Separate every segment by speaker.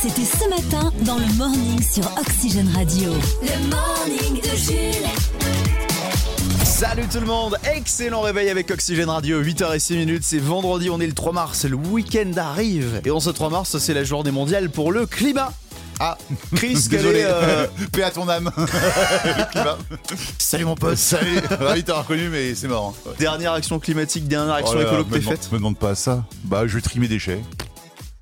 Speaker 1: C'était ce matin dans le morning sur Oxygène Radio. Le morning de Jules.
Speaker 2: Salut tout le monde, excellent réveil avec Oxygène Radio, 8h06 minutes, c'est vendredi, on est le 3 mars, le week-end arrive. Et on ce 3 mars, c'est la journée mondiale pour le climat.
Speaker 3: Ah,
Speaker 2: Chris, quel
Speaker 3: désolé.
Speaker 2: est, euh,
Speaker 3: Paix à ton âme. Qui va
Speaker 2: Salut mon pote.
Speaker 3: Salut. Ah oui, t'as reconnu, mais c'est marrant. Ouais.
Speaker 2: Dernière action climatique, dernière action
Speaker 3: Oh là là,
Speaker 2: écolo que
Speaker 3: me
Speaker 2: t'es
Speaker 3: demande-
Speaker 2: faite.
Speaker 3: Me demande pas ça. Bah, je trie mes déchets.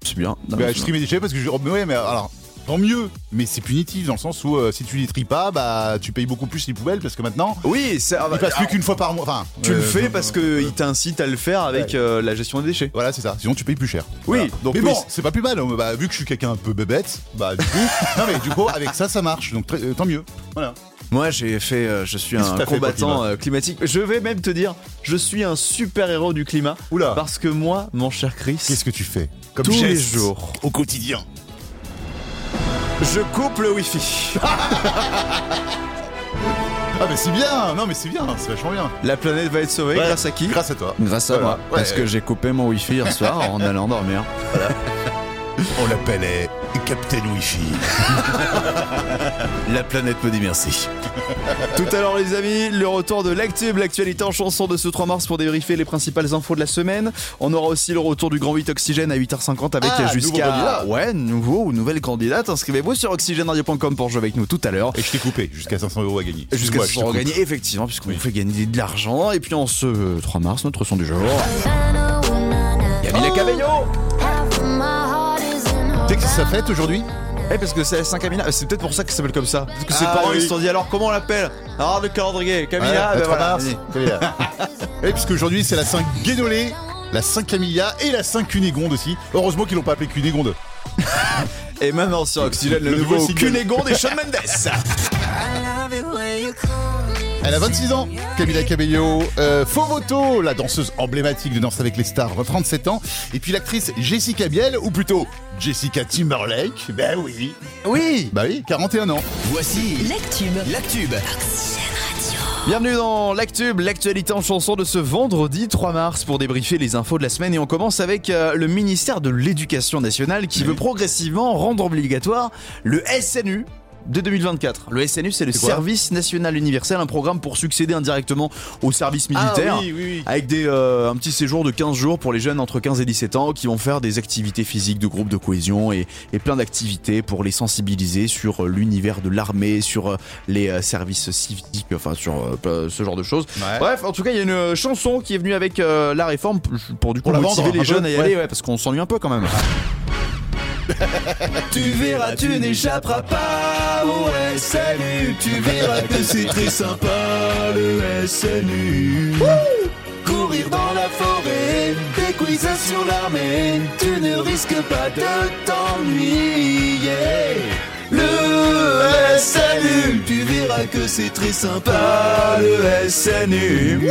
Speaker 2: C'est bien. Non,
Speaker 3: Bah,
Speaker 2: mais
Speaker 3: je trie mes déchets parce que je. oh, mais ouais, mais alors. Tant mieux, mais c'est punitif dans le sens où euh, si tu les tries pas, bah tu payes beaucoup plus les poubelles parce que maintenant
Speaker 2: Oui, ça, ah bah,
Speaker 3: ils passent plus
Speaker 2: alors,
Speaker 3: qu'une fois par mois. Enfin,
Speaker 2: tu le
Speaker 3: euh,
Speaker 2: fais
Speaker 3: non,
Speaker 2: parce
Speaker 3: non,
Speaker 2: que
Speaker 3: euh,
Speaker 2: il t'incite à le faire avec euh, la gestion des déchets.
Speaker 3: Voilà, c'est ça. Sinon, tu payes plus cher.
Speaker 2: Oui,
Speaker 3: Voilà.
Speaker 2: donc
Speaker 3: mais
Speaker 2: oui,
Speaker 3: bon,
Speaker 2: c'est-
Speaker 3: c'est pas plus mal. Bah, vu que je suis quelqu'un un peu bébête, bah du coup, non mais du coup, avec ça, ça marche. Donc très- euh, tant mieux. Voilà.
Speaker 2: Moi, j'ai fait, euh, je suis
Speaker 3: Qu'est-ce que
Speaker 2: un
Speaker 3: t'as fait pour le
Speaker 2: combattant
Speaker 3: climat
Speaker 2: euh, climatique. Je vais même te dire, je suis un super héros du climat.
Speaker 3: Oula.
Speaker 2: Parce que moi, mon cher Chris,
Speaker 3: Qu'est-ce que tu fais comme
Speaker 2: tous les
Speaker 3: geste
Speaker 2: jours,
Speaker 3: au quotidien
Speaker 2: je coupe le wifi.
Speaker 3: Ah mais c'est bien. Non mais c'est bien. C'est vachement bien.
Speaker 2: la planète va être sauvée
Speaker 3: Ouais.
Speaker 2: grâce à qui
Speaker 3: Grâce à toi.
Speaker 2: Grâce à
Speaker 3: Voilà.
Speaker 2: moi.
Speaker 3: Ouais.
Speaker 2: Parce que j'ai coupé mon wifi hier soir en allant dormir.
Speaker 3: On l'appelait Captain Wifi.
Speaker 2: La planète me dit merci. Tout à l'heure les amis, le retour de l'actu, l'actualité en chanson de ce 3 mars pour débriefer les principales infos de la semaine. On aura aussi le retour du Grand 8 Oxygène à 8h50 avec
Speaker 3: Ah, nouveau
Speaker 2: jusqu'à...
Speaker 3: candidat.
Speaker 2: Ouais, nouveau ou nouvelle candidate. Inscrivez-vous sur oxygèneradio.com pour jouer avec nous tout à l'heure.
Speaker 3: Et je t'ai coupé jusqu'à 500 euros à gagner.
Speaker 2: Jusqu'à
Speaker 3: Excuse-moi,
Speaker 2: ce
Speaker 3: je te
Speaker 2: qu'on
Speaker 3: coupe.
Speaker 2: gagne effectivement, puisqu'on vous fait gagner de l'argent. Et puis en ce 3 mars, notre son du jour, Camila Cabello
Speaker 3: Tu sais que c'est sa fête aujourd'hui
Speaker 2: Eh parce que c'est la Saint Camila, Euh, c'est peut-être pour ça qu'elle s'appelle comme ça. Parce que ses
Speaker 3: Ah
Speaker 2: parents
Speaker 3: oui.
Speaker 2: ils se sont dit alors comment on l'appelle Alors le calendrier, Camilla, ben
Speaker 3: Ouais, le 3
Speaker 2: voilà.
Speaker 3: mars. Camilla. Et puisque aujourd'hui c'est la Saint Guédolé, la Saint Camilla et la Saint Cunégonde aussi. Heureusement qu'ils l'ont pas appelée Cunégonde.
Speaker 2: Et maintenant sur Oxygène, le,
Speaker 3: Le nouveau
Speaker 2: nouveau,
Speaker 3: single.
Speaker 2: Cunégonde et Shawn Mendes.
Speaker 3: Elle a 26 ans, Camila Cabello. Euh, Fovoto, la danseuse emblématique de Danse avec les stars, 37 ans. Et puis l'actrice Jessica Biel, ou plutôt Jessica Timberlake. Ben oui.
Speaker 2: Oui
Speaker 3: Bah oui, 41 ans.
Speaker 4: Voici
Speaker 1: L'actube.
Speaker 4: l'actube.
Speaker 2: Bienvenue dans l'Actube, l'actualité en chanson de ce vendredi 3 mars pour débriefer les infos de la semaine et on commence avec euh, le ministère de l'Éducation nationale qui veut progressivement rendre obligatoire le SNU. De 2024. Le SNU, c'est le
Speaker 3: C'est quoi
Speaker 2: Service National Universel, un programme pour succéder indirectement au service militaire.
Speaker 3: Ah oui, oui.
Speaker 2: Avec des, euh, un petit séjour de 15 jours pour les jeunes entre 15 et 17 ans qui vont faire des activités physiques de groupe de cohésion et, et plein d'activités pour les sensibiliser sur euh, l'univers de l'armée, sur euh, les euh, services civiques, enfin sur euh, euh, ce genre de choses.
Speaker 3: Ouais.
Speaker 2: Bref, en tout cas, il y a une euh, chanson qui est venue avec euh, la réforme p- pour du coup
Speaker 3: Pour la
Speaker 2: motiver
Speaker 3: vendre, un
Speaker 2: les
Speaker 3: peu,
Speaker 2: jeunes à y
Speaker 3: ouais.
Speaker 2: aller, ouais, parce qu'on s'ennuie un peu quand même. tu verras, tu n'échapperas pas au SNU, tu verras que c'est très sympa le SNU. Courir dans la forêt, des quiz sur l'armée, tu ne risques pas de t'ennuyer. Le SNU, tu verras que c'est très sympa, le SNU.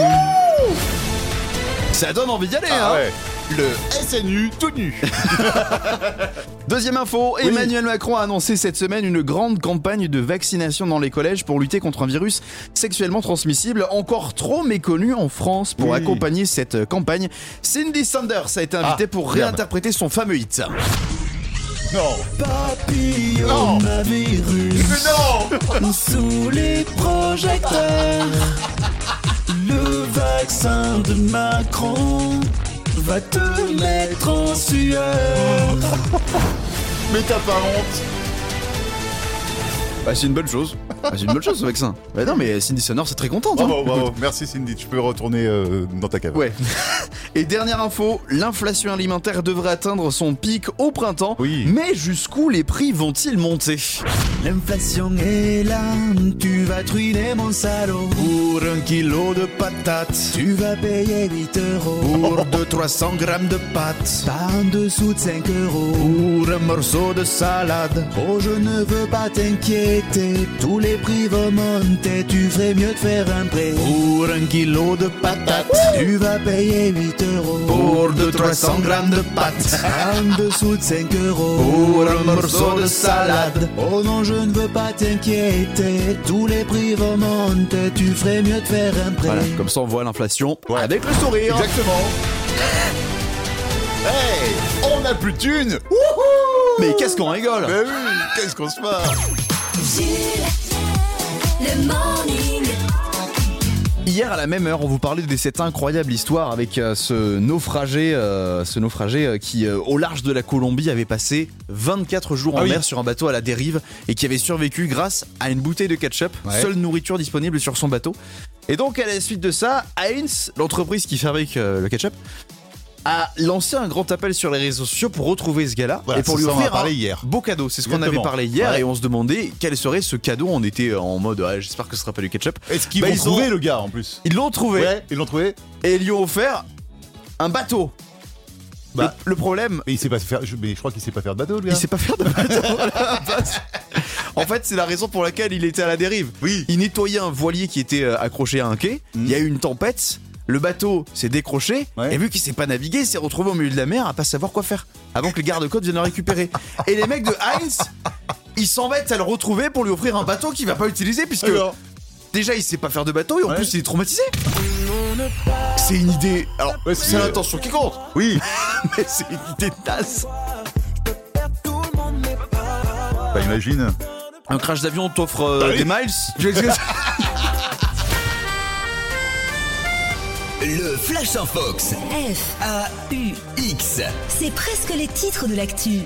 Speaker 2: Ça donne envie d'y aller, hein
Speaker 3: Ah ouais. Le SNU tout nu.
Speaker 2: Deuxième info, Emmanuel Macron a annoncé cette semaine une grande campagne de vaccination dans les collèges pour lutter contre un virus sexuellement transmissible encore trop méconnu en France. Pour
Speaker 3: Oui.
Speaker 2: accompagner cette euh, campagne, Cindy Sanders a été invitée
Speaker 3: Ah,
Speaker 2: pour
Speaker 3: merde.
Speaker 2: réinterpréter son fameux hit.
Speaker 3: Non.
Speaker 2: Papillon virus
Speaker 3: Non.
Speaker 2: sous les projecteurs, le vaccin de Macron va te mettre en sueur.
Speaker 3: Mais t'as pas honte.
Speaker 2: Bah, c'est une bonne chose. Bah, c'est une bonne chose ce vaccin. Bah, non, mais Cindy Sonor, c'est très contente. hein.
Speaker 3: Bravo, bravo. Merci Cindy. Tu peux retourner euh, dans ta cave.
Speaker 2: Ouais. Et dernière info, l'inflation alimentaire devrait atteindre son pic au printemps.
Speaker 3: Oui.
Speaker 2: Mais jusqu'où les prix vont-ils monter L'inflation est là, tu vas truiner mon salaud. Pour un kilo de patates, tu vas payer 8 euros. Pour 200-300 grammes de pâtes, pas en dessous de 5 euros. Pour un morceau de salade, oh je ne veux pas t'inquiéter. Tous les prix vont monter, tu ferais mieux de faire un prêt. Pour un kilo de patates, tu vas payer 8 euros. Pour 200-300 grammes de pâtes, en dessous de 5 euros. Pour un morceau de salade, oh non je ne veux pas t'inquiéter. Tous les prix vont monter, tu ferais mieux de faire un prêt. Voilà, comme ça on voit l'inflation avec le sourire.
Speaker 3: Exactement. Hey, on a plus de thunes.
Speaker 2: Mais qu'est-ce qu'on rigole
Speaker 3: Mais Bah oui, qu'est-ce qu'on se marre
Speaker 1: Jules, le morning.
Speaker 2: Hier à la même heure, on vous parlait de cette incroyable histoire avec euh, ce naufragé, euh, ce naufragé euh, qui, euh, au large de la Colombie, avait passé 24 jours en
Speaker 3: Ah oui.
Speaker 2: mer sur un bateau à la dérive et qui avait survécu grâce à une bouteille de ketchup,
Speaker 3: Ouais.
Speaker 2: seule nourriture disponible sur son bateau. Et donc, à la suite de ça, Heinz, l'entreprise qui fabrique euh, le ketchup, a lancé un grand appel sur les réseaux sociaux pour retrouver ce gars-là
Speaker 3: Voilà,
Speaker 2: et pour
Speaker 3: c'est
Speaker 2: lui
Speaker 3: ça, on en a
Speaker 2: offrir
Speaker 3: parlé
Speaker 2: un
Speaker 3: hier.
Speaker 2: beau cadeau. C'est ce qu'on avait
Speaker 3: Exactement.
Speaker 2: parlé hier
Speaker 3: Ouais.
Speaker 2: et on se demandait quel serait ce cadeau. On était en mode, Ah, j'espère que ce sera pas du ketchup.
Speaker 3: Est-ce qu'ils
Speaker 2: Bah,
Speaker 3: vont
Speaker 2: ils ont-
Speaker 3: trouver le gars en plus
Speaker 2: Ils l'ont trouvé
Speaker 3: Ouais, ils l'ont trouvé
Speaker 2: et ils lui ont offert un bateau.
Speaker 3: Bah.
Speaker 2: le, le problème,
Speaker 3: Mais il sait pas se faire. Je, mais je crois qu'il sait pas faire de bateau, hein. le gars.
Speaker 2: il sait pas faire de bateau à la base. En fait, c'est la raison pour laquelle il était à la dérive.
Speaker 3: Oui.
Speaker 2: Il nettoyait un voilier qui était euh, accroché à un quai. Il y a eu une tempête. Le bateau s'est décroché
Speaker 3: Ouais.
Speaker 2: et vu qu'il sait pas naviguer, il s'est retrouvé au milieu de la mer à pas savoir quoi faire avant que les gardes-côtes viennent le récupérer. Et les mecs de Heinz, ils s'embêtent à le retrouver pour lui offrir un bateau qu'il va pas utiliser puisque
Speaker 3: Alors.
Speaker 2: déjà il sait pas faire de bateau et en
Speaker 3: Ouais.
Speaker 2: plus il est traumatisé. C'est une idée. Alors
Speaker 3: Ouais, c'est-
Speaker 2: c'est l'intention qui compte.
Speaker 3: Oui.
Speaker 2: Mais c'est une idée de tasse.
Speaker 3: Bah, imagine.
Speaker 2: Un crash d'avion t'offre euh,
Speaker 3: Bah oui.
Speaker 2: des miles Tu vois ce que c'est
Speaker 4: Le Flash en Fox.
Speaker 1: F,
Speaker 4: X.
Speaker 1: c'est presque les titres de l'actu.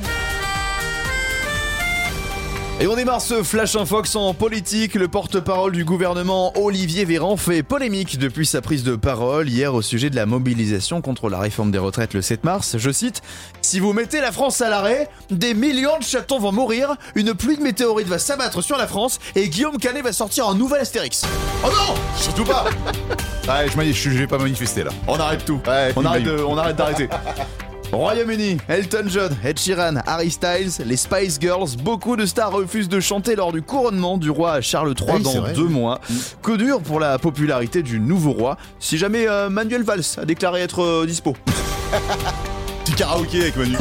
Speaker 2: Et on démarre ce Flash Infox en politique. Le porte-parole du gouvernement, Olivier Véran, fait polémique depuis sa prise de parole hier au sujet de la mobilisation contre la réforme des retraites le 7 mars. Je cite Si vous mettez la France à l'arrêt, des millions de chatons vont mourir, une pluie de météorites va s'abattre sur la France et Guillaume Canet va sortir un nouvel Astérix.
Speaker 3: Oh non Surtout pas Ouais, Ah, je, mani- je- je vais pas manifester là.
Speaker 2: On arrête tout.
Speaker 3: Ouais,
Speaker 2: On
Speaker 3: puis
Speaker 2: arrête,
Speaker 3: bah,
Speaker 2: de- on arrête d'arrêter. Royaume-Uni, Elton John, Ed Sheeran, Harry Styles, les Spice Girls, beaucoup de stars refusent de chanter lors du couronnement du roi Charles III
Speaker 3: Ah oui, c'est
Speaker 2: dans
Speaker 3: vrai.
Speaker 2: deux mois. Que dur pour la popularité du nouveau roi, si jamais euh, Manuel Valls a déclaré être euh, dispo.
Speaker 3: Petit karaoké avec Manu.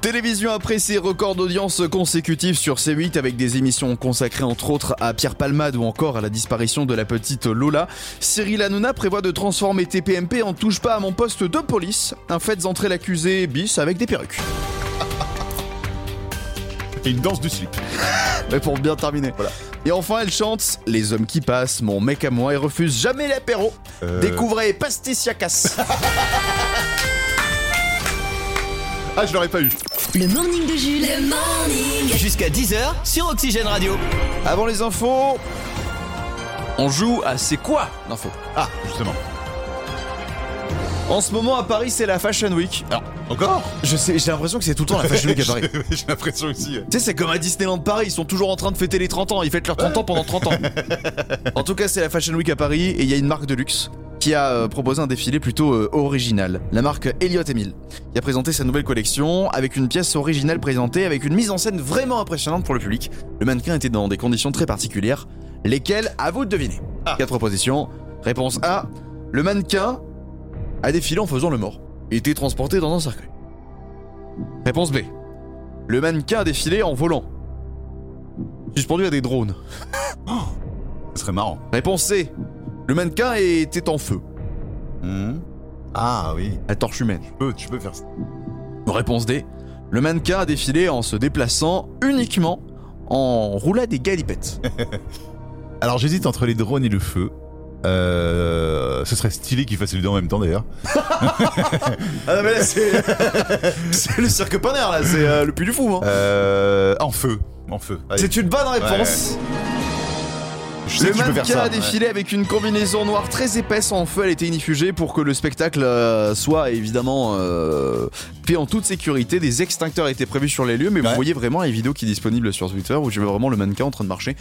Speaker 2: Télévision après ses records d'audience consécutifs sur C8 avec des émissions consacrées entre autres à Pierre Palmade ou encore à la disparition de la petite Lola, Cyril Hanouna prévoit de transformer TPMP en touche pas à mon poste de police, un faites entrer l'accusé bis avec des perruques.
Speaker 3: Et une danse du slip.
Speaker 2: Mais pour bien terminer. Voilà. Et enfin, elle chante Les hommes qui passent, mon mec à moi et refuse jamais l'apéro.
Speaker 3: Euh.
Speaker 2: Découvrez Pasticiacas.
Speaker 3: Ah, je l'aurais pas eu.
Speaker 1: Le morning de Jules, le morning.
Speaker 4: Jusqu'à 10h sur Oxygène Radio.
Speaker 2: Avant les infos, on joue à c'est quoi l'info
Speaker 3: Ah, justement.
Speaker 2: En ce moment à Paris, c'est la Fashion Week. Alors,
Speaker 3: Encore
Speaker 2: Je sais, j'ai l'impression que c'est tout le temps la Fashion Week à Paris. tu
Speaker 3: J'ai l'impression aussi.
Speaker 2: sais, c'est comme à Disneyland Paris, ils sont toujours en train de fêter les 30 ans, ils fêtent leurs 30 ans pendant 30 ans. en tout cas, c'est la Fashion Week à Paris et il y a une marque de luxe qui a euh, proposé un défilé plutôt euh, original, la marque Elliot Emile, qui a présenté sa nouvelle collection avec une pièce originale présentée avec une mise en scène vraiment impressionnante pour le public. Le mannequin était dans des conditions très particulières, lesquelles à vous de deviner. Quatre propositions. Réponse A, le mannequin a défilé en faisant le mort et était transporté dans un cercueil. Réponse B. Le mannequin a défilé en volant. Suspendu à des drones.
Speaker 3: Ce serait marrant.
Speaker 2: Réponse C. Le mannequin était en feu,
Speaker 3: Hmm. Ah oui.
Speaker 2: à torche humaine.
Speaker 3: Tu peux, tu peux faire ça.
Speaker 2: Réponse D. Le mannequin a défilé en se déplaçant uniquement en roulade et galipettes.
Speaker 3: Alors j'hésite entre les drones et le feu. Euh, ce serait stylé qu'ils fassent les deux en même temps d'ailleurs.
Speaker 2: ah non mais là c'est... c'est le cirque panaire là, c'est euh, le puits du fou. Hein.
Speaker 3: Euh, en feu. En feu. Allez.
Speaker 2: C'est une bonne réponse.
Speaker 3: Je
Speaker 2: Le
Speaker 3: sais que je peux
Speaker 2: mannequin
Speaker 3: faire ça.
Speaker 2: a défilé avec une combinaison noire très épaisse en feu, elle était inifugée pour que le spectacle euh, soit évidemment euh, fait en toute sécurité. Des extincteurs étaient prévus sur les lieux, mais
Speaker 3: Ouais.
Speaker 2: vous voyez vraiment les vidéos qui est disponible sur Twitter où je vois vraiment le mannequin en train de marcher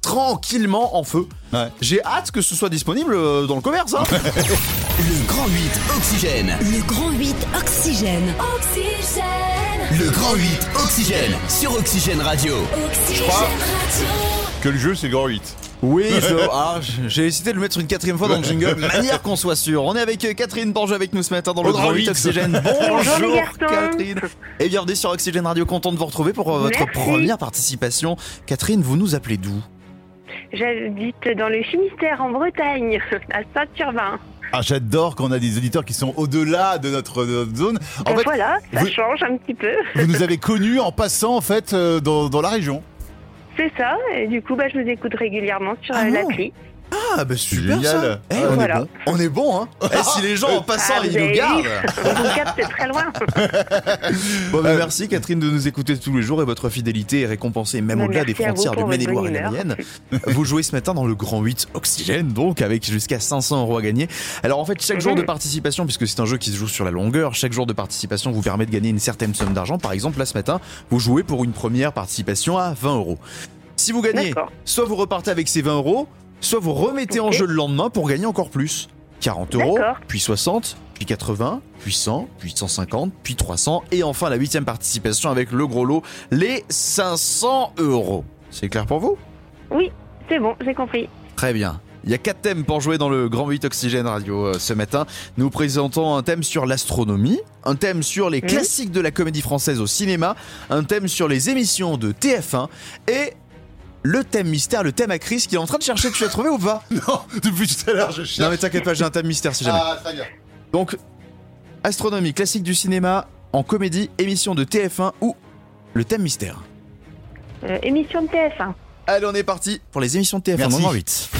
Speaker 2: tranquillement en feu.
Speaker 3: Ouais.
Speaker 2: J'ai hâte que ce soit disponible euh, dans le commerce. hein.
Speaker 4: Le Grand 8 Oxygène.
Speaker 1: Le grand 8 oxygène. Oxygène.
Speaker 4: Le Grand 8 Oxygène sur Oxygène Radio.
Speaker 1: Oxygène
Speaker 3: crois.
Speaker 1: Radio.
Speaker 3: Que le jeu c'est le grand 8.
Speaker 2: Oui, je- ah, j'ai hésité de le mettre une quatrième fois dans le jingle, de manière qu'on soit sûr. On est avec euh, Catherine Borge avec nous ce matin dans le
Speaker 3: Au
Speaker 2: Grand
Speaker 3: Grand
Speaker 2: 8
Speaker 3: Huit.
Speaker 2: Oxygène.
Speaker 5: Bonjour, les
Speaker 2: Bonjour
Speaker 5: garçons.
Speaker 2: Catherine Et bienvenue sur Oxygène Radio, content de vous retrouver pour euh, votre
Speaker 5: Merci.
Speaker 2: première participation. Catherine, vous nous appelez d'où
Speaker 5: J'habite dans le Finistère, en Bretagne, à Saint-Urbain.
Speaker 3: Ah, j'adore quand on a des auditeurs qui sont au-delà de notre, de notre zone. En
Speaker 5: Ben
Speaker 3: fait,
Speaker 5: voilà, ça
Speaker 3: vous-
Speaker 5: change un petit peu.
Speaker 3: vous nous avez connus en passant en fait euh, dans, dans la région.
Speaker 5: C'est ça, et du coup, bah, je vous écoute régulièrement sur
Speaker 2: Ah
Speaker 5: euh,
Speaker 2: bon
Speaker 5: l'appli.
Speaker 2: Ah, bah super
Speaker 3: Génial.
Speaker 2: ça. Eh,
Speaker 3: Ah,
Speaker 2: on,
Speaker 5: voilà.
Speaker 2: est bon. on est bon, hein. Eh, si les gens en passant,
Speaker 5: Ah,
Speaker 2: ils
Speaker 5: vous avez
Speaker 2: nous
Speaker 5: vu
Speaker 2: gardent.
Speaker 5: On vous capte très loin.
Speaker 2: Bon, bah, merci Catherine de nous écouter tous les jours et votre fidélité est récompensée même
Speaker 5: Bah,
Speaker 2: au-delà des
Speaker 5: merci à vous
Speaker 2: frontières de
Speaker 5: pour votre
Speaker 2: Maine-et-Loire et
Speaker 5: bonne
Speaker 2: de la
Speaker 5: humeur.
Speaker 2: Mayenne. vous jouez ce matin dans le Grand 8 Oxygène, donc avec jusqu'à 500 euros à gagner. Alors en fait, chaque jour
Speaker 5: Mhm.
Speaker 2: de participation, puisque c'est un jeu qui se joue sur la longueur, chaque jour de participation vous permet de gagner une certaine somme d'argent. Par exemple, là ce matin, vous jouez pour une première participation à 20 euros. Si vous gagnez,
Speaker 5: D'accord.
Speaker 2: soit vous repartez avec ces 20 euros, soit vous remettez en
Speaker 5: Ok.
Speaker 2: jeu le lendemain pour gagner encore plus. 40 euros,
Speaker 5: D'accord.
Speaker 2: puis 60, puis 80, puis 100, puis 150, puis 300, et enfin la huitième participation avec le gros lot, les 500 euros. C'est clair pour vous
Speaker 5: Oui, c'est bon, j'ai compris.
Speaker 2: Très bien. Il y a quatre thèmes pour jouer dans le Grand 8 Oxygène Radio euh, ce matin. Nous présentons un thème sur l'astronomie, un thème sur les classiques de la comédie française au cinéma, un thème sur les émissions de TF1 et le thème mystère, le thème à Chris qui est en train de chercher. Tu l'as trouvé ou pas
Speaker 3: Non, depuis tout à l'heure, je
Speaker 2: Non mais t'inquiète pas, j'ai un thème mystère si jamais.
Speaker 3: ah, très bien.
Speaker 2: Donc, astronomie, classique du cinéma, en comédie, émission de TF1 ou le thème mystère.
Speaker 5: Euh, émission de TF1.
Speaker 2: Allez, on est parti pour les émissions de TF1
Speaker 3: Merci.
Speaker 2: dans le Grand 8.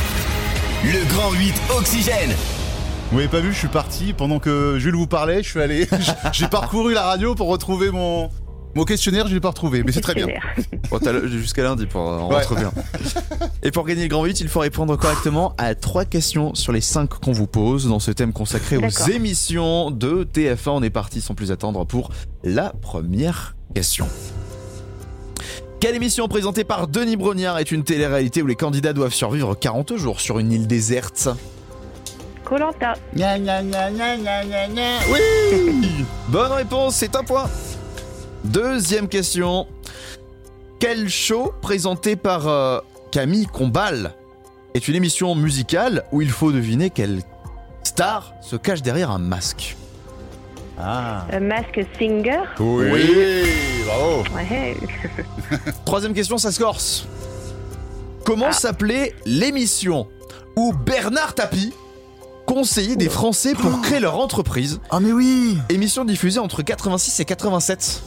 Speaker 4: Le Grand 8 Oxygène.
Speaker 3: Vous m'avez pas vu, je suis parti pendant que Jules vous parlait. Je suis allé, j'ai parcouru la radio pour retrouver mon mon questionnaire. Je l'ai pas retrouvé, mais c'est très bien.
Speaker 5: Super.
Speaker 2: Bon, t'as le- jusqu'à lundi pour euh, en
Speaker 3: Ouais.
Speaker 2: retrouver un. Et pour gagner le grand 8, il faut répondre correctement à trois questions sur les cinq qu'on vous pose dans ce thème consacré aux
Speaker 5: D'accord.
Speaker 2: émissions de TF1. On est parti sans plus attendre pour la première question. Quelle émission présentée par Denis Brognard est une télé-réalité où les candidats doivent survivre 40 jours sur une île déserte
Speaker 5: Colanta.
Speaker 3: Gna, gna, gna, gna, gna, gna, gna. Oui.
Speaker 2: Bonne réponse, c'est un point. Deuxième question. Quel show présenté par euh, Camille Combal est une émission musicale où il faut deviner quelle star se cache derrière un masque
Speaker 3: Ah.
Speaker 5: Euh, Mask Singer.
Speaker 3: Oui. Bravo.
Speaker 5: Ouais.
Speaker 2: Troisième question, ça se corse. Comment
Speaker 3: Ah.
Speaker 2: s'appelait l'émission où Bernard Tapie conseillait des Français pour créer leur entreprise
Speaker 3: Ah mais oui.
Speaker 2: Émission diffusée entre 86 et 87.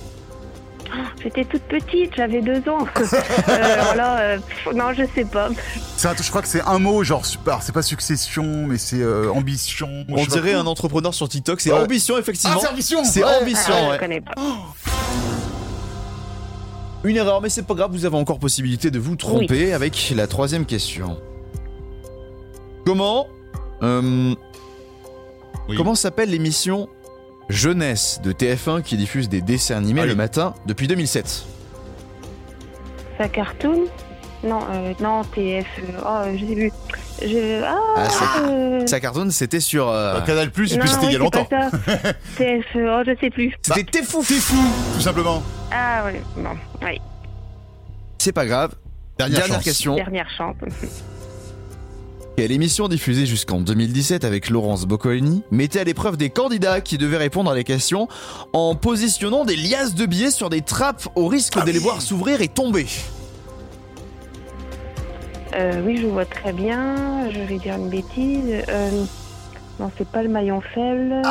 Speaker 5: J'étais toute petite, j'avais deux ans. Euh, alors là, euh, pff, non, je sais pas.
Speaker 3: C'est un- je crois que c'est un mot genre super. C'est pas succession, mais c'est euh, ambition.
Speaker 2: On dirait un entrepreneur sur TikTok, c'est
Speaker 3: Ouais.
Speaker 2: ambition effectivement.
Speaker 3: Ah, ambition.
Speaker 2: C'est
Speaker 3: ouais.
Speaker 5: Ah,
Speaker 2: ambition,
Speaker 5: Je
Speaker 2: ouais.
Speaker 5: connais pas.
Speaker 2: Une erreur, mais c'est pas grave, vous avez encore possibilité de vous tromper avec la troisième question. Comment euh,
Speaker 3: Oui.
Speaker 2: Comment s'appelle l'émission Jeunesse de TF1 qui diffuse des dessins animés
Speaker 3: Ah oui.
Speaker 2: le matin depuis 2007
Speaker 5: Sa cartoon Non, euh, non, TF. euh, Oh, je sais plus. Je... Ah,
Speaker 2: Ah, ça-
Speaker 5: euh,
Speaker 2: Sa cartoon, c'était sur. euh,
Speaker 3: Euh, Canal Plus et
Speaker 5: non,
Speaker 3: puis c'était il y a
Speaker 5: ouais, c'est
Speaker 3: longtemps.
Speaker 5: pas ça. TF, oh, je sais plus.
Speaker 2: C'était T'es fou, fou.
Speaker 3: Bah, Fou, tout simplement.
Speaker 5: Ah, ouais, bon, ouais,
Speaker 2: C'est pas grave.
Speaker 3: Dernière, chance.
Speaker 2: question.
Speaker 5: dernière chance.
Speaker 2: Quelle émission diffusée jusqu'en 2017 avec Laurence Boccolini mettait à l'épreuve des candidats qui devaient répondre à des questions en positionnant des liasses de billets sur des trappes au
Speaker 5: Ah
Speaker 2: risque de les voir s'ouvrir et tomber
Speaker 5: Euh, oui, je vois très bien. Je vais dire une bêtise. Euh, non, c'est pas le maillon faible.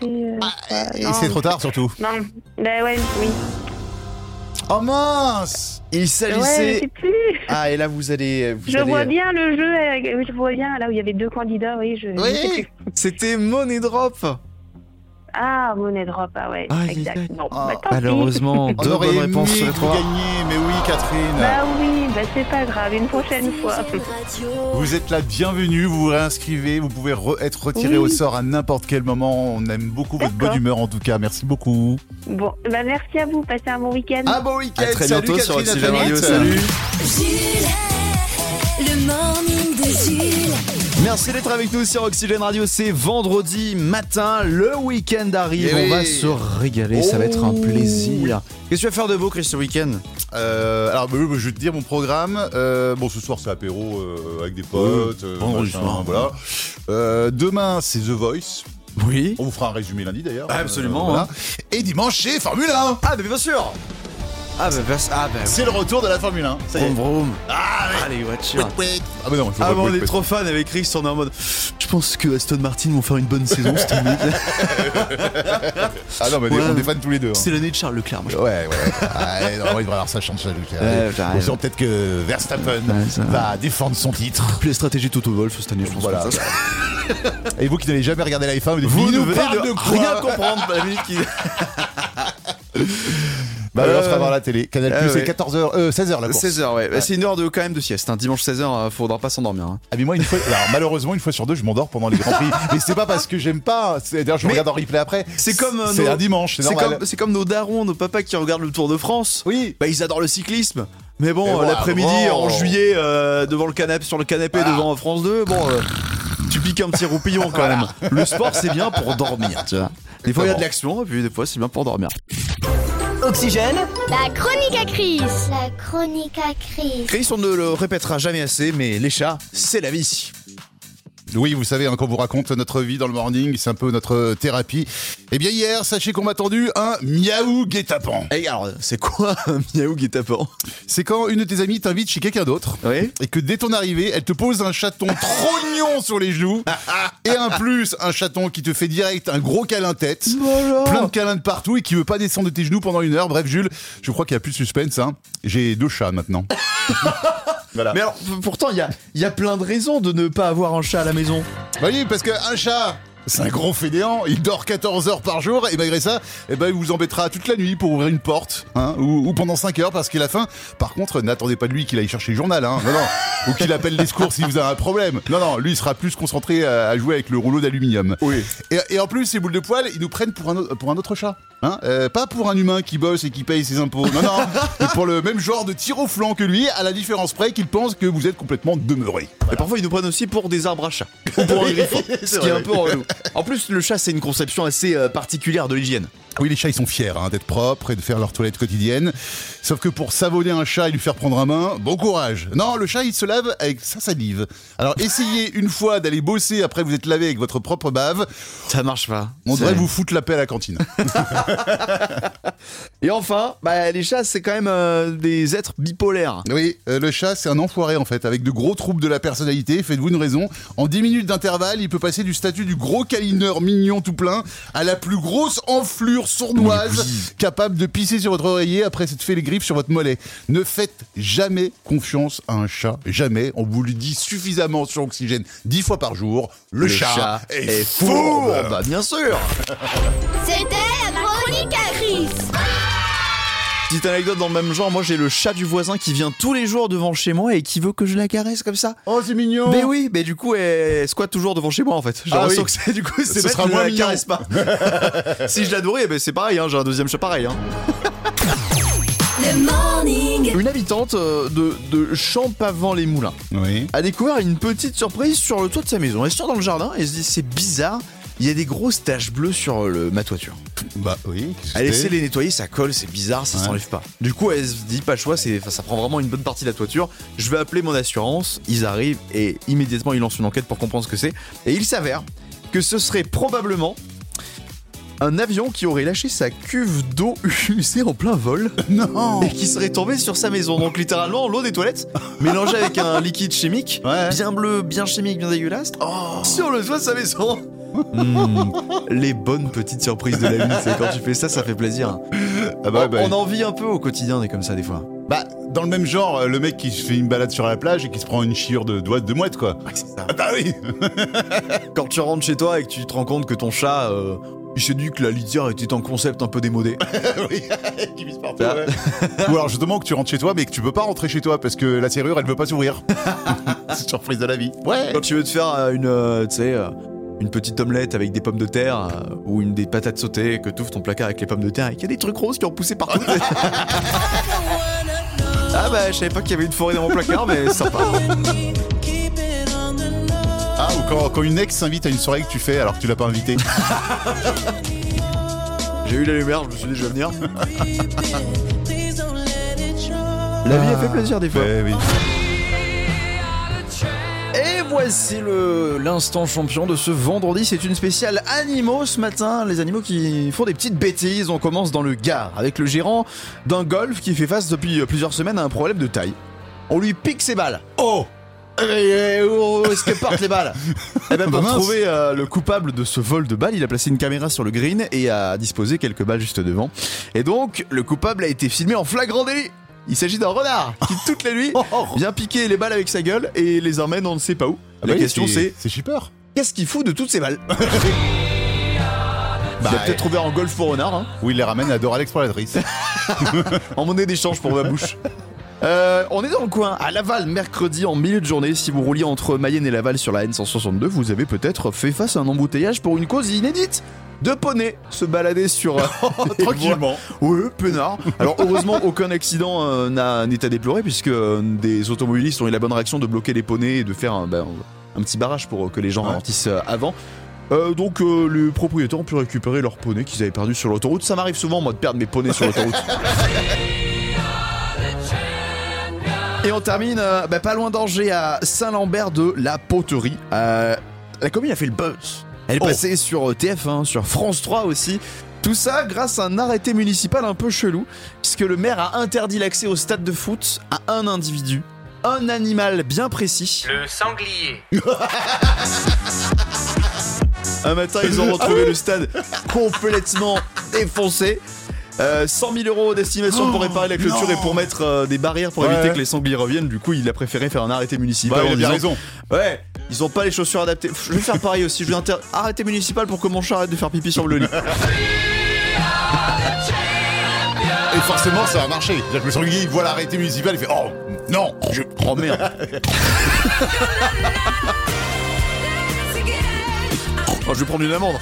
Speaker 5: c'est, euh, pas-
Speaker 3: Ah. Et
Speaker 5: non.
Speaker 3: c'est trop tard surtout.
Speaker 5: Non, bah ouais, oui.
Speaker 3: Oh mince.
Speaker 2: Il
Speaker 5: Ouais, je
Speaker 2: s'agissait.
Speaker 5: sais plus.
Speaker 2: ah, et là, vous allez. Vous
Speaker 5: Je
Speaker 2: allez- euh,
Speaker 5: vois bien le jeu. avec- oui, Je vois bien là où il y avait deux candidats. Oui, je. je sais
Speaker 2: Oui
Speaker 5: plus.
Speaker 2: C'était Money Drop
Speaker 5: Ah, Money Drop. Ah ouais.
Speaker 2: Aïe, aïe, aïe.
Speaker 5: exact. Non,
Speaker 3: Ah,
Speaker 5: bah, tant pis.
Speaker 2: Malheureusement,
Speaker 3: On
Speaker 2: deux
Speaker 3: aurait
Speaker 2: bonnes
Speaker 3: aimé
Speaker 2: réponses sur les
Speaker 3: vous
Speaker 2: trois.
Speaker 3: gagner, mais oui, Catherine.
Speaker 5: Bah oui, bah c'est pas grave. Une prochaine fois.
Speaker 3: Vous êtes la bienvenue, vous vous réinscrivez, vous pouvez re- être retiré
Speaker 5: Oui.
Speaker 3: au sort à n'importe quel moment. On aime beaucoup votre
Speaker 5: D'accord.
Speaker 3: bonne humeur en tout cas. Merci beaucoup.
Speaker 5: Bon, bah merci à vous. Passez un bon week-end.
Speaker 3: bon week-end.
Speaker 2: À très bientôt sur Oxygène Radio. Salut.
Speaker 1: Jules, le morning de Jules.
Speaker 2: Merci d'être avec nous sur Oxygène Radio. C'est vendredi matin, le week-end arrive.
Speaker 3: Eh
Speaker 2: on
Speaker 3: oui.
Speaker 2: va se régaler, ça va être un
Speaker 3: Oh.
Speaker 2: plaisir. Qu'est-ce que tu vas faire de beau, Chris, ce week-end
Speaker 3: Euh, alors, bah, oui, bah, je vais te dire mon programme. Euh, bon, ce soir, c'est apéro euh, avec des potes. euh,
Speaker 2: vendredi
Speaker 3: machin,
Speaker 2: soir.
Speaker 3: Voilà. Euh, demain, c'est The Voice.
Speaker 2: Oui.
Speaker 3: On vous fera un résumé lundi d'ailleurs.
Speaker 2: Absolument, hein.
Speaker 3: Euh, voilà. Et dimanche, c'est Formule 1.
Speaker 2: Ah, mais bien sûr Ah bah, parce- ah bah,
Speaker 3: C'est le retour de la Formule 1. Ça y est.
Speaker 2: vroom vroom.
Speaker 3: Ah, mais-
Speaker 2: Ah, les voitures.
Speaker 3: Ah, mais non, il faut
Speaker 2: Ah
Speaker 3: pas-
Speaker 2: bon, on
Speaker 3: faut-
Speaker 2: est trop fan avec Chris, on est en mode. Je pense que Aston Martin vont faire une bonne saison cette année.
Speaker 3: Ah non, mais
Speaker 2: Ouais.
Speaker 3: on est fans tous les deux. hein.
Speaker 2: C'est l'année de Charles Leclerc. Moi, je-
Speaker 3: Ouais, ouais. Ah, ouais, non, il va avoir sa chance, Lucas.
Speaker 2: Ouais, j'arrive.
Speaker 3: Ou sinon, peut-être que Verstappen
Speaker 2: Ouais, ça va.
Speaker 3: va défendre son titre.
Speaker 2: Plus la stratégie de Toto Wolff cette année, je pense.
Speaker 3: Voilà.
Speaker 2: comme ça.
Speaker 3: Et vous qui n'avez jamais regardé la F1,
Speaker 2: Vous
Speaker 3: il
Speaker 2: ne
Speaker 3: nous
Speaker 2: venez
Speaker 3: parle
Speaker 2: de
Speaker 3: de quoi
Speaker 2: rien comprendre, la minute qui.
Speaker 3: Bah, alors, on se fera
Speaker 2: Euh,
Speaker 3: voir la télé. Canal
Speaker 2: euh,
Speaker 3: Plus, c'est
Speaker 2: ouais.
Speaker 3: 14h, euh, 16h la course.
Speaker 2: 16h, ouais. Bah, C'est une heure de, quand même de sieste. hein. Dimanche 16h, faudra pas s'endormir. hein.
Speaker 3: Ah, mais moi, une fois, alors, malheureusement, une fois sur deux, je m'endors pendant les Grands Prix. Mais c'est pas parce que j'aime pas. C'est- D'ailleurs, je
Speaker 2: Mais-
Speaker 3: regarde en replay après.
Speaker 2: C'est comme. euh,
Speaker 3: C'est
Speaker 2: nos-
Speaker 3: un dimanche, c'est normal.
Speaker 2: comme, c'est comme nos darons, nos papas qui regardent le Tour de France.
Speaker 3: Oui.
Speaker 2: Bah, ils adorent le cyclisme. Mais bon,
Speaker 3: Mais bon,
Speaker 2: euh, l'après-midi,
Speaker 3: bon.
Speaker 2: en juillet, euh, devant le canapé, sur le canapé,
Speaker 3: Voilà.
Speaker 2: devant France 2, bon, euh, tu piques un petit roupillon quand même. Le sport, c'est bien pour dormir, tu vois. Des fois, il y a de l'action, et puis des fois, c'est bien pour dormir.
Speaker 4: Oxygène,
Speaker 6: La chronique à Chris. La chronique à Chris.
Speaker 2: Chris, on ne le répétera jamais assez, mais les chats, c'est la vie.
Speaker 3: Oui, vous savez, hein, quand on vous raconte notre vie dans le morning, c'est un peu notre euh, thérapie. Eh bien, hier, sachez qu'on m'a tendu un miaou guet-apens.
Speaker 2: Et alors, c'est quoi un miaou guet-apens
Speaker 3: C'est quand une de tes amies t'invite chez quelqu'un d'autre.
Speaker 2: Oui.
Speaker 3: et que dès ton arrivée, elle te pose un chaton trognon sur les genoux et un plus, un chaton qui te fait direct un gros câlin tête, plein de câlins de partout et qui veut pas descendre de tes genoux pendant une heure. Bref, Jules, je crois qu'il y a plus de suspense. Hein. J'ai deux chats maintenant. voilà.
Speaker 2: Mais alors, p- pourtant, il y a, il y a plein de raisons de ne pas avoir un chat à la maison.
Speaker 3: Bah oui, parce qu'un chat. C'est un gros fainéant, il dort 14 heures par jour et malgré ça, eh ben, il vous embêtera toute la nuit pour ouvrir une porte hein, ou, ou pendant 5 heures parce qu'il a faim. Par contre, n'attendez pas de lui qu'il aille chercher le journal, hein, non, non, ou qu'il appelle les secours si vous avez un problème. Non, non, lui il sera plus concentré à, à jouer avec le rouleau d'aluminium.
Speaker 2: Oui.
Speaker 3: Et, et en plus, ces boules de poils, ils nous prennent pour un, au- pour un autre chat. Hein Euh, pas pour un humain qui bosse et qui paye ses impôts. Non, non. mais pour le même genre de tir au flanc que lui, à la différence près qu'il pense que vous êtes complètement demeuré.
Speaker 2: Et parfois, ils nous prennent aussi pour des arbres à chats. Ou pour un griffon. ce qui est un peu relou. En plus, le chat, c'est une conception assez euh, particulière de l'hygiène.
Speaker 3: Oui, les chats, ils sont fiers hein, d'être propres et de faire leur toilette quotidienne. Sauf que pour savonner un chat et lui faire prendre un bain, bon courage. Non, le chat, il se lave avec sa salive. Alors, essayez une fois d'aller bosser après vous êtes lavé avec votre propre bave.
Speaker 2: Ça marche pas.
Speaker 3: On
Speaker 2: C'est-
Speaker 3: devrait vous foutre la paix à la cantine.
Speaker 2: Et enfin, bah, les chats, c'est quand même euh, des êtres bipolaires.
Speaker 3: Oui, euh, le chat, c'est un enfoiré en fait, avec de gros troubles de la personnalité. Faites-vous une raison. En 10 minutes d'intervalle, il peut passer du statut du gros câlineur mignon tout plein à la plus grosse enflure sournoise capable de pisser sur votre oreiller après s'être fait les griffes sur votre mollet. Ne faites jamais confiance à un chat. Jamais. On vous le dit suffisamment sur Oxygène 10 fois par jour. Le, chat, est, fourbe.
Speaker 2: Bah, bien sûr
Speaker 6: C'était la chronique à Chris.
Speaker 2: Petite anecdote dans le même genre, moi j'ai le chat du voisin qui vient tous les jours devant chez moi et qui veut que je la caresse comme ça.
Speaker 3: Oh, c'est mignon.
Speaker 2: Mais oui, mais du coup elle squatte toujours devant chez moi en fait. J'ai
Speaker 3: Ah
Speaker 2: l'impression
Speaker 3: oui.
Speaker 2: que c'est du coup c'est
Speaker 3: Ce
Speaker 2: bête,
Speaker 3: sera
Speaker 2: je
Speaker 3: moins
Speaker 2: la
Speaker 3: mignon.
Speaker 2: caresse pas. si je la nourris, eh ben, c'est pareil, hein, j'ai un deuxième chat pareil. hein.
Speaker 1: Le morning.
Speaker 2: Une habitante euh, de, de Champavant-les-Moulins
Speaker 3: Oui.
Speaker 2: a découvert une petite surprise sur le toit de sa maison. Elle sort dans le jardin et se dit c'est bizarre, il y a des grosses taches bleues sur le, ma toiture.
Speaker 3: Bah oui. qu'est-ce que
Speaker 2: Elle essaie
Speaker 3: c'est
Speaker 2: de les nettoyer, ça colle, c'est bizarre, ça
Speaker 3: Ouais.
Speaker 2: s'enlève pas. Du coup, elle se dit pas le choix, c'est, enfin, ça prend vraiment une bonne partie de la toiture. Je vais appeler mon assurance, ils arrivent et immédiatement ils lancent une enquête pour comprendre ce que c'est. Et il s'avère que ce serait probablement un avion qui aurait lâché sa cuve d'eau usée en plein vol
Speaker 3: Non.
Speaker 2: et qui serait tombé sur sa maison. Donc littéralement l'eau des toilettes mélangée avec un liquide chimique,
Speaker 3: Ouais.
Speaker 2: bien bleu, bien chimique, bien dégueulasse, sur le toit de sa maison. Oh. Hmm. les bonnes petites surprises de la vie, c'est quand tu fais ça, ça fait plaisir.
Speaker 3: Ah bah,
Speaker 2: on,
Speaker 3: bah,
Speaker 2: on en vit un peu au quotidien, on est comme ça des fois.
Speaker 3: Bah, dans le même genre, euh, le mec qui se fait une balade sur la plage et qui se prend une chiure de doigts de mouette, quoi. Ah bah oui
Speaker 2: Quand tu rentres chez toi et que tu te rends compte que ton chat, euh, il s'est dit que la litière était un concept un peu démodé.
Speaker 3: Oui, qui pisse partout, ouais. Ah. Ou alors justement que tu rentres chez toi, mais que tu peux pas rentrer chez toi parce que la serrure, elle veut pas s'ouvrir. C'est une surprise de la vie. Ouais
Speaker 2: Quand tu veux te faire euh, une, euh, tu sais, euh, une petite omelette avec des pommes de terre euh, ou une des patates sautées, que t'ouvres ton placard avec les pommes de terre et qu'il y a des trucs roses qui ont poussé partout. ah bah je savais pas qu'il y avait une forêt dans mon placard, mais sympa.
Speaker 3: Ah, ou quand, quand une ex s'invite à une soirée que tu fais alors que tu l'as pas invitée.
Speaker 2: J'ai eu la lumière, je me suis dit je vais venir.
Speaker 3: Eh
Speaker 2: La vie a fait plaisir des fois.
Speaker 3: Ouais, oui.
Speaker 2: Et voici le l'instant champion de ce vendredi. C'est une spéciale animaux ce matin. Les animaux qui font des petites bêtises. On commence dans le Gard avec le gérant d'un golf qui fait face depuis plusieurs semaines à un problème de taille. On lui pique ses balles. Oh Et où oh, est-ce que partent les balles Eh ben,
Speaker 3: Bah
Speaker 2: pour
Speaker 3: mince.
Speaker 2: trouver euh, le coupable de ce vol de balles, il a placé une caméra sur le green et a disposé quelques balles juste devant. Et donc, le coupable a été filmé en flagrant délit. Il s'agit d'un renard qui, toutes les
Speaker 3: Oh,
Speaker 2: nuits, vient piquer les balles avec sa gueule et les emmène on ne sait pas où.
Speaker 3: Ah
Speaker 2: La
Speaker 3: bah oui,
Speaker 2: question c'est
Speaker 3: C'est cheaper.
Speaker 2: qu'est-ce qu'il fout de toutes ces balles Il
Speaker 3: Bah,
Speaker 2: a peut-être trouvé en golf pour renard, hein,
Speaker 3: Ou il les ramène à Dora l'exploratrice.
Speaker 2: en monnaie d'échange pour ma bouche. Euh, on est dans le coin, à Laval, mercredi en milieu de journée. Si vous rouliez entre Mayenne et Laval sur la N162, vous avez peut-être fait face à un embouteillage pour une cause inédite. Deux poneys se balader sur euh,
Speaker 3: Oh,
Speaker 2: les voies
Speaker 3: Tranquillement.
Speaker 2: Oui, peinard. Alors heureusement, aucun accident euh, n'a un état déploré puisque euh, des automobilistes ont eu la bonne réaction de bloquer les poneys et de faire un, ben, un petit barrage pour euh, que les gens
Speaker 3: Ouais.
Speaker 2: ralentissent euh, avant. Euh, donc euh, les propriétaires ont pu récupérer leurs poneys qu'ils avaient perdus sur l'autoroute. Ça m'arrive souvent moi de perdre mes poneys sur l'autoroute. Et on termine euh, bah, pas loin d'Angers à Saint-Lambert de la Poterie. Euh, la commune a fait le buzz. Elle est
Speaker 3: Oh.
Speaker 2: passée sur euh, TF1, sur France 3 aussi. Tout ça grâce à un arrêté municipal un peu chelou, puisque le maire a interdit l'accès au stade de foot à un individu, un animal bien précis.
Speaker 7: Le sanglier.
Speaker 2: Un matin, ils ont retrouvé le stade complètement défoncé. Euh, 100 000 euros d'estimation pour réparer la clôture
Speaker 3: non.
Speaker 2: et pour mettre euh, des barrières pour
Speaker 3: Ouais.
Speaker 2: éviter que les sangliers reviennent. Du coup, il a préféré faire un arrêté municipal.
Speaker 3: Bah, il
Speaker 2: en
Speaker 3: a bien
Speaker 2: disant,
Speaker 3: raison.
Speaker 2: Ouais, ils ont pas les chaussures adaptées. Je vais faire pareil aussi. Je vais inter... arrêter municipal pour que mon chat arrête de faire pipi sur le lit.
Speaker 3: Et forcément, ça va marcher. C'est-à-dire que le sanglier, il voit l'arrêté municipal, il fait Oh non je...
Speaker 2: Oh merde. Oh, je vais prendre une amende.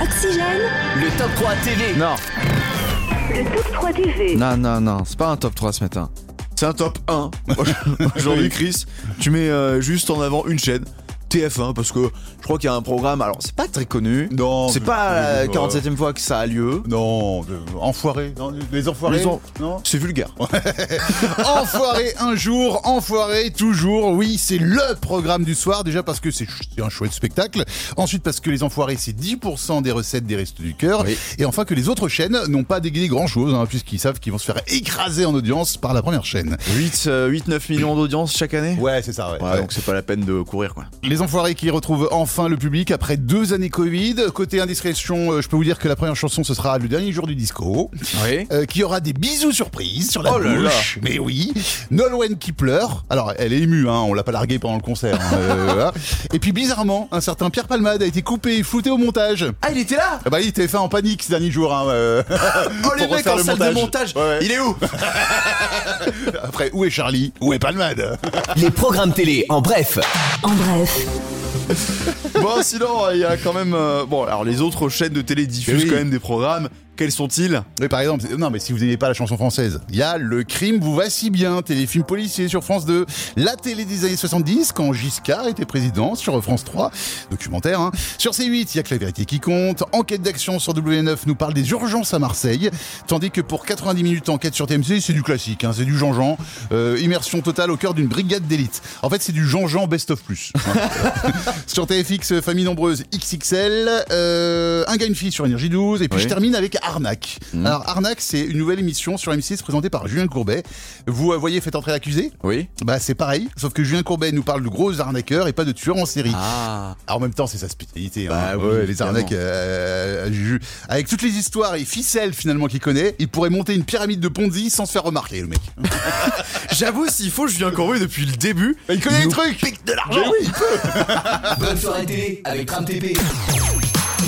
Speaker 1: Oxygène.
Speaker 4: Le top 3 TV.
Speaker 2: Non,
Speaker 5: Le top 3 TV.
Speaker 2: non, non, non. C'est pas un top 3 ce matin. C'est un top 1. Aujourd'hui, Chris, tu mets euh, juste en avant une chaîne. TF1 parce que je crois qu'il y a un programme alors c'est pas très connu
Speaker 3: Non.
Speaker 2: c'est
Speaker 3: je-
Speaker 2: pas euh, la
Speaker 3: je-
Speaker 2: 47ème fois que ça a lieu
Speaker 3: Non, de- enfoiré. Non, les enfoirés.
Speaker 2: Les en-
Speaker 3: Non.
Speaker 2: c'est vulgaire
Speaker 3: enfoiré un jour, enfoiré toujours. Oui, c'est le programme du soir. Déjà parce que c'est ch- c'est un chouette spectacle. Ensuite parce que les enfoirés, c'est 10% des recettes des Restos du Cœur.
Speaker 2: Oui.
Speaker 3: Et enfin que les autres chaînes n'ont pas dégainé grand chose, puisqu'ils savent qu'ils vont se faire écraser en audience par la première chaîne.
Speaker 2: 8 euh, 8 9 millions d'audience chaque année
Speaker 3: Ouais, c'est ça,
Speaker 2: ouais donc c'est pas la peine de courir quoi
Speaker 3: Les enfoirés qui retrouvent enfin le public après deux années Covid. Côté indiscrétion, euh, je peux vous dire que la première chanson, ce sera le dernier jour du disco.
Speaker 2: oui
Speaker 3: Euh, qui aura des bisous surprises sur la
Speaker 2: Oh là là.
Speaker 3: bouche. Mais oui. Nolwenn qui pleure. Alors, elle est émue, hein, on l'a pas larguée pendant le concert. hein, euh, voilà. Et puis, bizarrement, un certain Pierre Palmade a été coupé et flouté au montage.
Speaker 2: ah il était là
Speaker 3: Ah bah, il était fait en panique ces derniers jours. Hein, euh,
Speaker 2: Oh les
Speaker 3: pour
Speaker 2: mecs
Speaker 3: refaire
Speaker 2: en
Speaker 3: le
Speaker 2: salle de montage,
Speaker 3: Ouais, ouais.
Speaker 2: il est où
Speaker 3: Après, où est Charlie Où est Palmade
Speaker 4: Les programmes télé, en bref.
Speaker 1: En bref,
Speaker 2: Bon sinon il y a quand même euh, bon alors les autres chaînes de télé diffusent
Speaker 3: Eh oui.
Speaker 2: quand même des programmes. Quels sont-ils
Speaker 3: Oui, par exemple, non, mais si vous n'aimez pas la chanson française, il y a Le crime vous va si bien, téléfilm policier sur France 2, la télé des années 70 quand Giscard était président sur France 3, documentaire, hein. Sur C8, il y a que la vérité qui compte, enquête d'action sur W9 nous parle des urgences à Marseille, tandis que pour 90 minutes enquête sur TMC, c'est du classique, hein, c'est du Jean-Jean, euh, immersion totale au cœur d'une brigade d'élite. En fait, c'est du Jean-Jean best of plus. hein. sur TFX, euh, famille nombreuse XXL, euh, un gars une fille sur Énergie 12, et puis
Speaker 2: Oui. Mhm.
Speaker 3: je termine termine avec Arnaque. Alors Arnaque, c'est une nouvelle émission sur M6 présentée par Julien Courbet. Vous euh, voyez, faites entrer l'accusé.
Speaker 2: Oui.
Speaker 3: Bah c'est pareil, sauf que Julien Courbet nous parle de gros arnaqueurs et pas de tueurs en série.
Speaker 2: Ah.
Speaker 3: Alors, en même temps, c'est sa spécialité. hein.
Speaker 2: Bah oui,
Speaker 3: Ouais, les
Speaker 2: évidemment.
Speaker 3: arnaques euh, à Juju. Avec toutes les histoires et ficelles finalement qu'il connaît, il pourrait monter une pyramide de Ponzi sans se faire remarquer, le mec.
Speaker 2: J'avoue s'il faut je viens Corvu depuis le début.
Speaker 3: il connaît les
Speaker 2: nous
Speaker 3: trucs.
Speaker 2: pique de l'argent.
Speaker 4: Bonne soirée télé avec Tram TP.